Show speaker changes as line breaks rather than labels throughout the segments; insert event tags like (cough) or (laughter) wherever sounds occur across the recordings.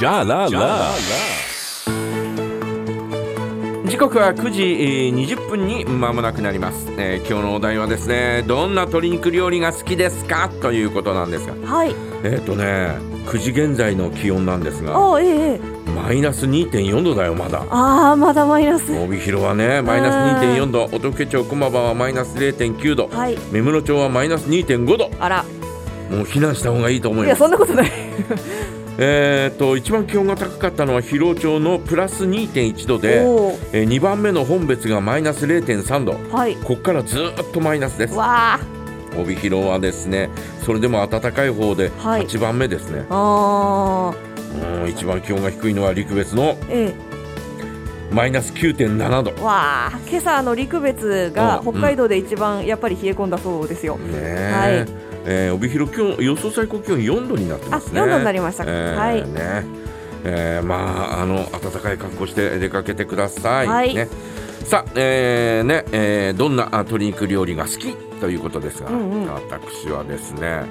Ja la la.
時刻は9時えー20分に間もなくなります、えー今日のお題はですねどんな鶏肉料理が好きですかということなんですが
はい。
えっ、とね9時現在の気温なんですが
あ、ええええ。
マイナス2.4度だよまだ
ああ、まだマイナス。
帯広はねマイナス2.4度音更町駒場はマイナス0.9度
はい。
目室町はマイナス2.5度
あら。
もう避難した方がいいと思
い
いま
や、
す
そんなことない。
えっ、と一番気温が高かったのは広尾町のプラス2.1度で
おお。
えー、2番目の本別がマイナス0.3度
はい。
ここからずーっとマイナスです
わあ。
帯広はですねそれでも暖かい方で
はい
8番目ですね、
ああ。
うん一番気温が低いのは陸別の
え
マイナス9.7度
え。わあ。今朝あの陸別が
うん
北海道で一番やっぱり冷え込んだそうですよ。
ねえ、
はい
えー帯広気温予想最高気温4度になって
あ、
ますね
4度になりましたか。
えー
はい。
ねえーまああの暖かい格好して出かけてください、
はい
ねさあ、えーねえーどんなあ鶏肉料理が好きということですが、
うんうん
私はですね、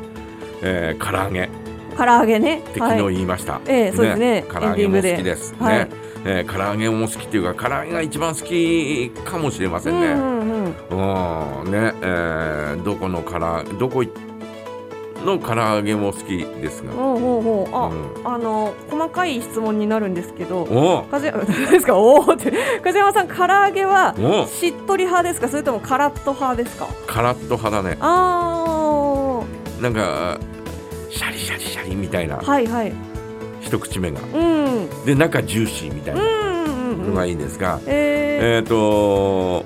えー、唐揚げって
唐揚げね。
昨
は
日
い。
言いました、
ええそうですね
唐揚げも
エンディングで
好きですね、
はい
えー唐揚げも好きというか唐揚げが一番好きかもしれませ
うん
ね、
んうん。
うんねえーどこのからどこいの唐揚げも好きですが、
おうおうおう。あ、
うん
あの細かい質問になるんですけど。
おう
(laughs) 風ですか。おおって。風山さん、唐揚げは
おう
しっとり派ですか。それともカラッと派ですか。
カラッと派だね
あ
なんかシャリシャリシャリみたいな
あ。はいはい。
一口目が
うん。
で中ジューシーみたいな
うんうん
の
うん
がいいんですが、
え
え
ー
っ、と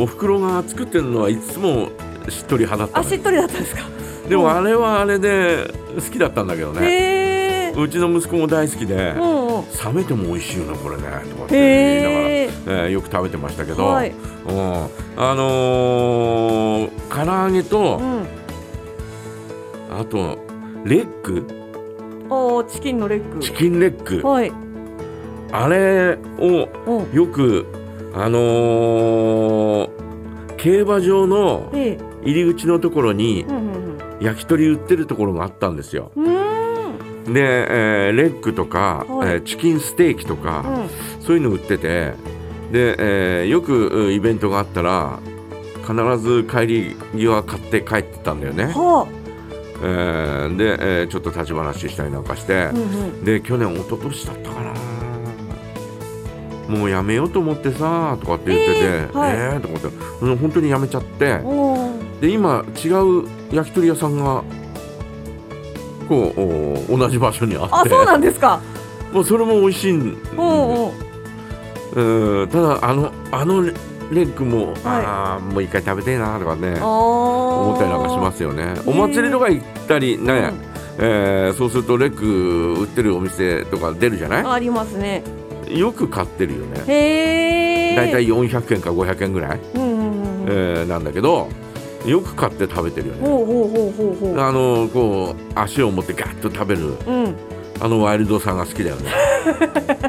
お袋が作ってるのはいつもしっとり派だ
あ
った
しっ
の
とりだったんですか。
でもあれはあれで好きだったんだけどね
へえ。
うちの息子も大好きで
うんうん。
冷めても美味しいよねこれねとかって言いながら、え
へえ。
ーよく食べてましたけど、
はい。
うん、あのー、唐揚げと
う、ん。
あとレッグ
おおチキンのレッグ。
チキンレッグ
はい。
あれを
お
よくあのー、競馬場の
ええ。
入り口のところに
うんうん
焼き鳥売ってるところがあったんですよ
うん。うーん。
で、えーレッグとか、
はい
えーチキンステーキと
う
か、
ん。
そういうの売っててで、えーよくうイベントがあったら必ず帰り際買って帰ってたんだよね、
は
えーで、えーちょっと立ち話したりなんかして
あ。うん、うん。
で去年一昨年だったかなもうやめようと思ってさとかって言ってて、
えーはい
えーと思ってうん本当にやめちゃって
おお。
で今違う焼き鳥屋さんがこうお同じ場所にあっ
あ
て
そうなんですか。
もうそれも美味しいん
おおお。
うんただあのあのレレッグも、ああもう一回食べてえなとかね
思。
思ったりなんかしますすよねお祭りとか行ったりなんや、
うん
えーそうするとレッグ売ってるお店とか出るじゃない
ありますね。
よく買ってるよね
へえ。
だいたい。400円か500円ぐらい、
うんうんうん。
えーなんだけどよく買って食べてるよね
ほうほうほうほうほう。
あのこう足を持ってガッと食べる
うん。
あのワイルドさが好きだよ
(laughs)
ね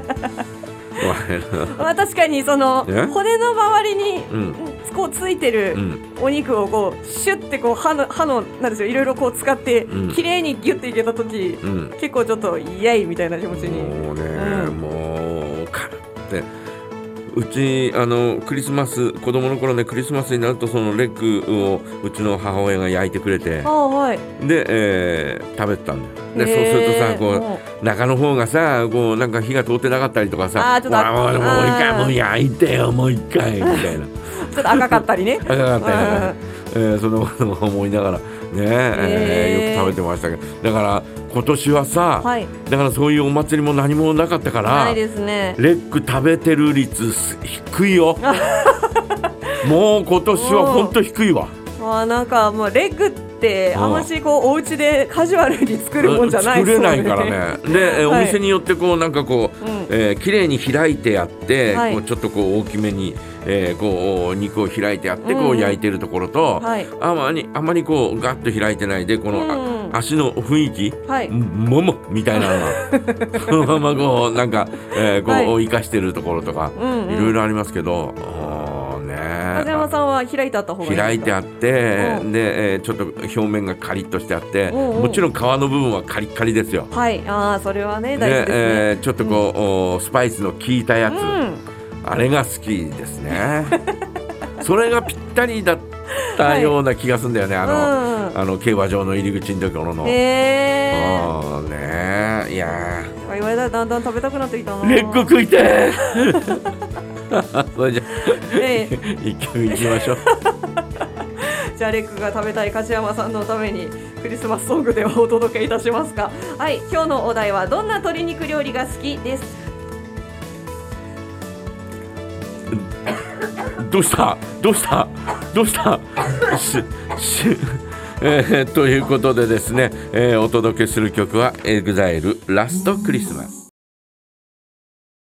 ワイルド
まあ確かにその
え
骨の周りに
うん
こうついてる。
うん
お肉をこうシュってこう歯の歯のなんですよいろいろこう使って
うん
綺麗にギュッていけた時、
うん
結構ちょっとイエイみたいな気持ちに
もうね、
うん
もうカラってうちあのクリスマス子供の頃ねクリスマスになるとそのレッグをうちの母親が焼いてくれて
ああはい
で、えー食べてたんだよでそうするとさこう
う
中の方がさこうなんか火が通ってなかったりとかさ
あーちょっと
わあもうもう
あー
一回もう焼いてよもう一回みたいな
ちょっと赤かった
(laughs)
りね
赤かったりとかね、
う
えーそんなことも思いながらねえー
へー
よく食べてましたけどだから今年はさ、
はい
だからそういうお祭りも何もなかったから
ないですね
レック食べてる率す低い
(laughs)
よもう今年はほんと低いわ
あーなんかもうレッグってあんましこうお家でカジュアルに作るもんじゃな
作
いです
れ
よ
ないから
(laughs)
ねで、えー
はい
お店によってこうなんかこう、
うん
えー綺麗に開いてやって、
はい
こうちょっとこう大きめに、えーこう肉を開いてやって
うん
こ
う
うん焼いてるところと、
はい
あまりあまりこうガッと開いてないでこの、あ
うん
足の雰囲気
はい
ももみたいなの
(laughs)
がそのままこうなんか、えーこう
は
生かしてるところとか、
うんうん
いろいろありますけどあーね
風山
ね。
さんは開いてあった方がいい
開いてあ
っ
って、
うん
で、えーちょっと表面がカリッとしてあって、
うんうん
もちろん皮の部分はカリッカリですよ。
たはいああそれはね
で
大事ですね
えーちょっとこう、おスパイスの効いたやつ、
うん
あれが好きです
(laughs)
ね。それがぴったりだったような気がするんだよね、あの、あの競馬場の入り口のところ
う
の。
ん、えー
ああねえいや
あ言われたらだんだん食べたくなってきたな
ーレッグ食いてー (laughs) それじゃ
ええ
一曲いきましょう
じゃあレッグが食べたい梶山さんのためにクリスマスソングでお届けいたしますかはい今日のお題はどんな鶏肉料理が好きです
どうしたどうしたどうしたししえーということでですね、えーお届けする曲は「エグザイルラストクリスマス」